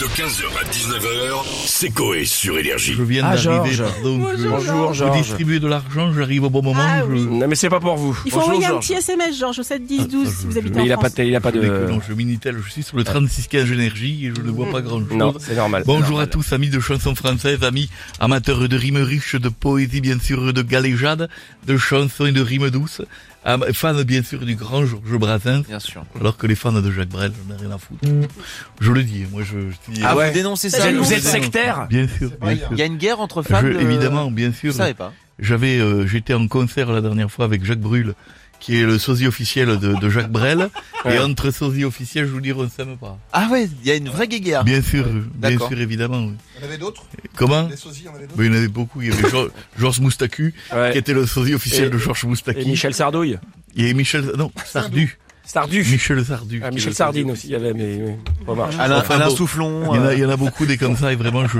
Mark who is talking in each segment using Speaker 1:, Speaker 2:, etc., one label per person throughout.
Speaker 1: De 15h à 19h, c'est Coé sur Énergie.
Speaker 2: Je viens
Speaker 3: Ah,
Speaker 2: d'arriver,
Speaker 3: Georges.
Speaker 2: pardon. je,
Speaker 3: Bonjour,
Speaker 2: je
Speaker 3: Georges.
Speaker 2: distribue de l'argent, j'arrive au bon moment.
Speaker 4: Ah,
Speaker 2: je...
Speaker 4: oui.
Speaker 3: Non, mais c'est pas pour vous.
Speaker 4: Il faut envoyer un petit SMS, Georges, au 7 10 12 si vous habitez
Speaker 3: Ah, Mais il
Speaker 4: en
Speaker 3: a pas
Speaker 4: France.
Speaker 3: de, il a
Speaker 5: Ah,
Speaker 3: pas
Speaker 2: je
Speaker 3: de.
Speaker 2: déconne, je Minitel, je suis sur le 3615 énergie et je ne vois pas grand chose.
Speaker 3: Non, c'est normal.
Speaker 2: Bonjour
Speaker 3: C'est normal.
Speaker 2: à tous, amis de chansons françaises, amis amateurs de rimes riches, de poésie bien sûr, de galéjades, de chansons et de rimes douces, am- fans bien sûr du grand Georges Brassens,
Speaker 5: Bien sûr. Mm.
Speaker 2: alors que les fans de Jacques Brel, j'en ai rien à foutre. Je le dis, moi je, je dis-
Speaker 3: Ah ouais.
Speaker 5: Vous dénoncez
Speaker 4: Vous
Speaker 5: ça
Speaker 4: êtes-
Speaker 5: vous
Speaker 3: Vous
Speaker 4: vous
Speaker 3: êtes
Speaker 4: êtes
Speaker 3: sectaire
Speaker 2: bien sûr, bien sûr.
Speaker 5: Il y a une guerre entre femmes.
Speaker 2: Je-
Speaker 5: euh,
Speaker 2: évidemment, bien sûr.
Speaker 5: Je savais pas.
Speaker 2: J'avais, euh, j'étais en concert la dernière fois avec Jacques Brul, qui est le sosie officiel de, de Jacques Brel. Et
Speaker 3: Ouais.
Speaker 2: entre sosie officiel, je vous dire, on s'aime pas.
Speaker 5: Ah ouais, il y a une vraie
Speaker 3: Ah.
Speaker 5: guéguerre.
Speaker 2: Bien sûr, bien
Speaker 5: D'accord.
Speaker 2: sûr, évidemment. oui.
Speaker 6: Il y en avait d'autres
Speaker 2: Comment
Speaker 6: Les sosies, il y en avait d'autres
Speaker 2: Mais il y en avait beaucoup. Il y avait Geor- Georges Moustacu, qui
Speaker 3: Ouais.
Speaker 2: était le sosie officiel
Speaker 3: Et-
Speaker 2: de Georges
Speaker 3: Et
Speaker 2: Moustaki.
Speaker 3: Michel Sardouille.
Speaker 2: Il y avait Michel, non, Sardu.
Speaker 3: Sardu.
Speaker 2: Michel Sardu.
Speaker 3: Ah,
Speaker 2: qui est
Speaker 3: Michel
Speaker 2: le sosie
Speaker 3: Sardine aussi,
Speaker 2: officiel.
Speaker 3: il y avait, mais mais- remarque.
Speaker 5: Alain,
Speaker 2: Enfin,
Speaker 5: Alain
Speaker 2: bon.
Speaker 5: Soufflon.
Speaker 2: Il y, en a,
Speaker 5: euh,
Speaker 2: il y en a beaucoup des comme ça et vraiment je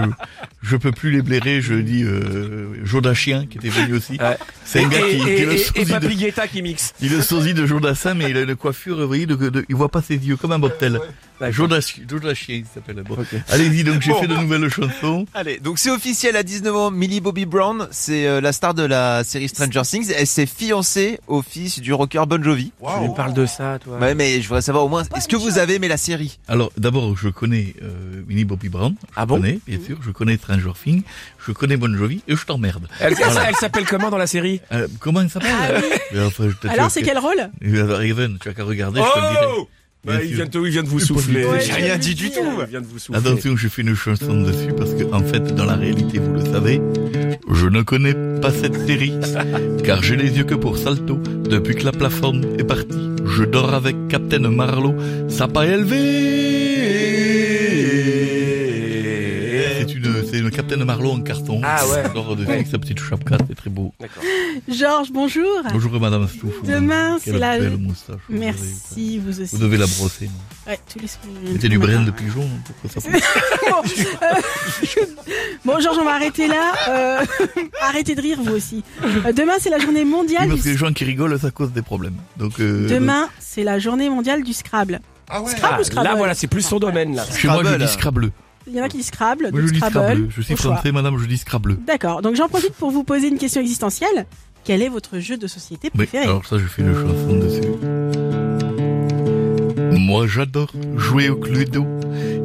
Speaker 2: je peux plus les blairer. Je dis euh, Jodachien qui était venu aussi.
Speaker 3: Ouais.
Speaker 2: C'est un gars qui,
Speaker 3: et,
Speaker 2: qui est le
Speaker 3: et- et
Speaker 2: sosie de
Speaker 3: Papy Guetta qui mixe.
Speaker 2: Il est le sosie de Jodassin, mais il a une coiffure, vous voyez, de, de- il voit pas ses yeux, comme un bobtel.
Speaker 3: Bah,
Speaker 2: Jodassi- Jodachien, il s'appelle. Bon. Allez-y, donc j'ai fait de nouvelles chansons.
Speaker 5: euh, Allez, donc c'est officiel à 19 ans. Millie Bobby Brown, c'est euh, la star de la série Stranger Things. Elle s'est fiancée au fils du rocker Bon Jovi.
Speaker 3: Tu nous parles de ça, toi.
Speaker 5: Ouais, mais je voudrais savoir au moins, est-ce que vous avez aimé la série
Speaker 2: Alors, d'abord, je connais euh, Winnie Bobby Brown. Je
Speaker 3: Ah bon
Speaker 2: connais, bien sûr. Je connais Stranger Things. Je connais Bon Jovi et je t'emmerde.
Speaker 3: Elle, elle-
Speaker 2: Voilà.
Speaker 3: elle s'appelle comment dans la série
Speaker 2: Euh, comment elle s'appelle
Speaker 4: Ah oui.
Speaker 2: Mais enfin, je te-
Speaker 4: Alors, c'est
Speaker 2: tu-
Speaker 4: quel rôle
Speaker 2: Euh, Raven, tu as qu'à regarder, je te le dirai. Bien
Speaker 3: Bah, il,
Speaker 2: sûr.
Speaker 3: vient de, il vient de vous
Speaker 2: C'est pas
Speaker 3: souffler.
Speaker 2: possible.
Speaker 4: Ouais, J'ai rien dit du tout.
Speaker 3: Il vient de vous souffler.
Speaker 2: Attention, j'ai fait une chanson dessus parce que, en fait, dans la réalité, vous le savez, je ne connais pas cette série, car j'ai les yeux que pour Salto. Depuis que la plateforme est partie, je dors avec Captain Marlowe. Ça pas élevé. C'est une, c'est une Captain Marlowe en carton.
Speaker 3: Ah ouais.
Speaker 2: Je dors dessus avec sa petite chapka, c'est très beau.
Speaker 4: Georges, bonjour.
Speaker 2: Bonjour Madame Stouff.
Speaker 4: Demain, c'est
Speaker 2: Quelle
Speaker 4: la-
Speaker 2: belle moustache. vous avez.
Speaker 4: Merci, vous aussi.
Speaker 2: Vous devez la brosser. non
Speaker 4: Ouais, tous les-
Speaker 2: C'était du brin de pigeon, non pourquoi ça
Speaker 4: bon, euh, bon, Georges, on va arrêter là. Euh, arrêtez de rire, vous aussi. Euh, demain, c'est la journée
Speaker 2: Oui,
Speaker 4: mondiale.
Speaker 2: parce que les
Speaker 4: Du...
Speaker 2: gens qui rigolent, ça cause des problèmes. Donc, euh,
Speaker 4: Demain, c'est la journée mondiale du Scrabble.
Speaker 6: Ah ouais
Speaker 4: Scrabble ou
Speaker 3: Ah,
Speaker 4: Scrabble
Speaker 3: là, voilà, c'est plus son domaine, là.
Speaker 2: chez moi, je
Speaker 5: Scrabble.
Speaker 2: dis Scrabble.
Speaker 4: Il y en a qui disent Scrabble,
Speaker 2: Moi, je
Speaker 4: d'autres
Speaker 2: dis
Speaker 4: euh, Scrabble.
Speaker 2: Scrabble. Je suis
Speaker 4: au choix.
Speaker 2: français, madame, je dis Scrabble.
Speaker 4: D'accord. Donc, j'en profite pour vous poser une question existentielle. Quel est votre jeu de société
Speaker 2: Oui,
Speaker 4: préféré
Speaker 2: alors ça, je fais une chanson dessus. Moi, j'adore jouer au Cluedo.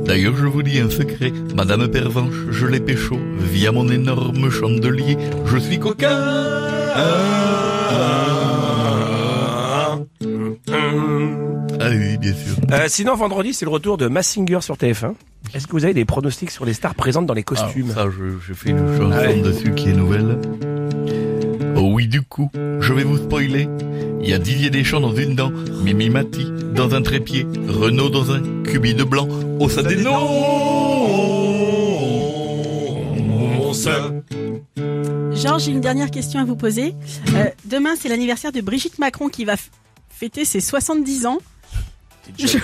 Speaker 2: D'ailleurs, je vous dis un secret. Madame Pervenche, je l'ai pécho. Via mon énorme chandelier, je suis coquin. Allez, Ah bien sûr.
Speaker 3: Euh, sinon, vendredi, c'est le retour de Massinger sur TF1. Est-ce que vous avez des pronostics sur les stars présentes dans les costumes
Speaker 2: Alors, Ah, ça, je, je fais une chanson
Speaker 3: Ouais.
Speaker 2: dessus qui est nouvelle. Oh oui, du coup, je vais vous spoiler. Il y a Didier Deschamps dans une dent, Mimi Mati dans un trépied, Renaud dans un cubi de blanc. Oh, ça dénonce
Speaker 4: Georges, j'ai une dernière question à vous poser. Euh, demain, c'est l'anniversaire de Brigitte Macron qui va f- fêter ses 70 ans. Je-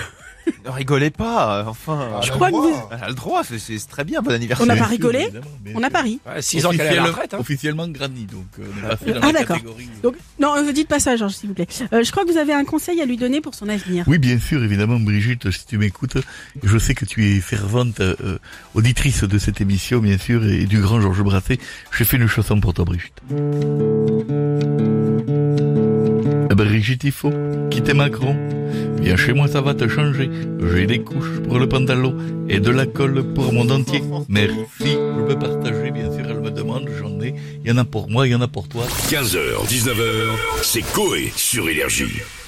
Speaker 5: Ne rigolez pas, euh,
Speaker 2: Ah,
Speaker 5: enfin.
Speaker 4: Je crois que vous-
Speaker 5: Elle a le droit, c'est- c'est très bien, bon
Speaker 4: On
Speaker 5: anniversaire.
Speaker 4: n'a pas rigolé
Speaker 2: Évidemment, bien
Speaker 4: on
Speaker 2: sûr.
Speaker 4: a Paris.
Speaker 3: Ouais, Six ans qu'elle est à la
Speaker 2: Officielle-
Speaker 3: retraite. hein.
Speaker 2: Officiellement grandi, donc euh, on est passé dans
Speaker 4: Ah,
Speaker 2: la
Speaker 4: d'accord.
Speaker 2: catégorie.
Speaker 4: Donc, non, ne dites pas ça, Georges, s'il vous plaît. Euh, je crois que vous avez un conseil à lui donner pour son avenir.
Speaker 2: Oui, bien sûr, évidemment, Brigitte, si tu m'écoutes, je sais que tu es fervente euh, auditrice de cette émission, bien sûr, et du grand Georges Brassé. J'ai fait une chanson pour toi, Brigitte. Eh ben, Brigitte, il faut quitter Macron. Viens chez moi, ça va te changer. J'ai des couches pour le pantalon et de la colle pour mon dentier. Merci, je peux partager, bien sûr, elle me demande, j'en ai. Il y en a pour moi, il y en a pour toi.
Speaker 1: 15h, 19h, c'est Coé sur Énergie.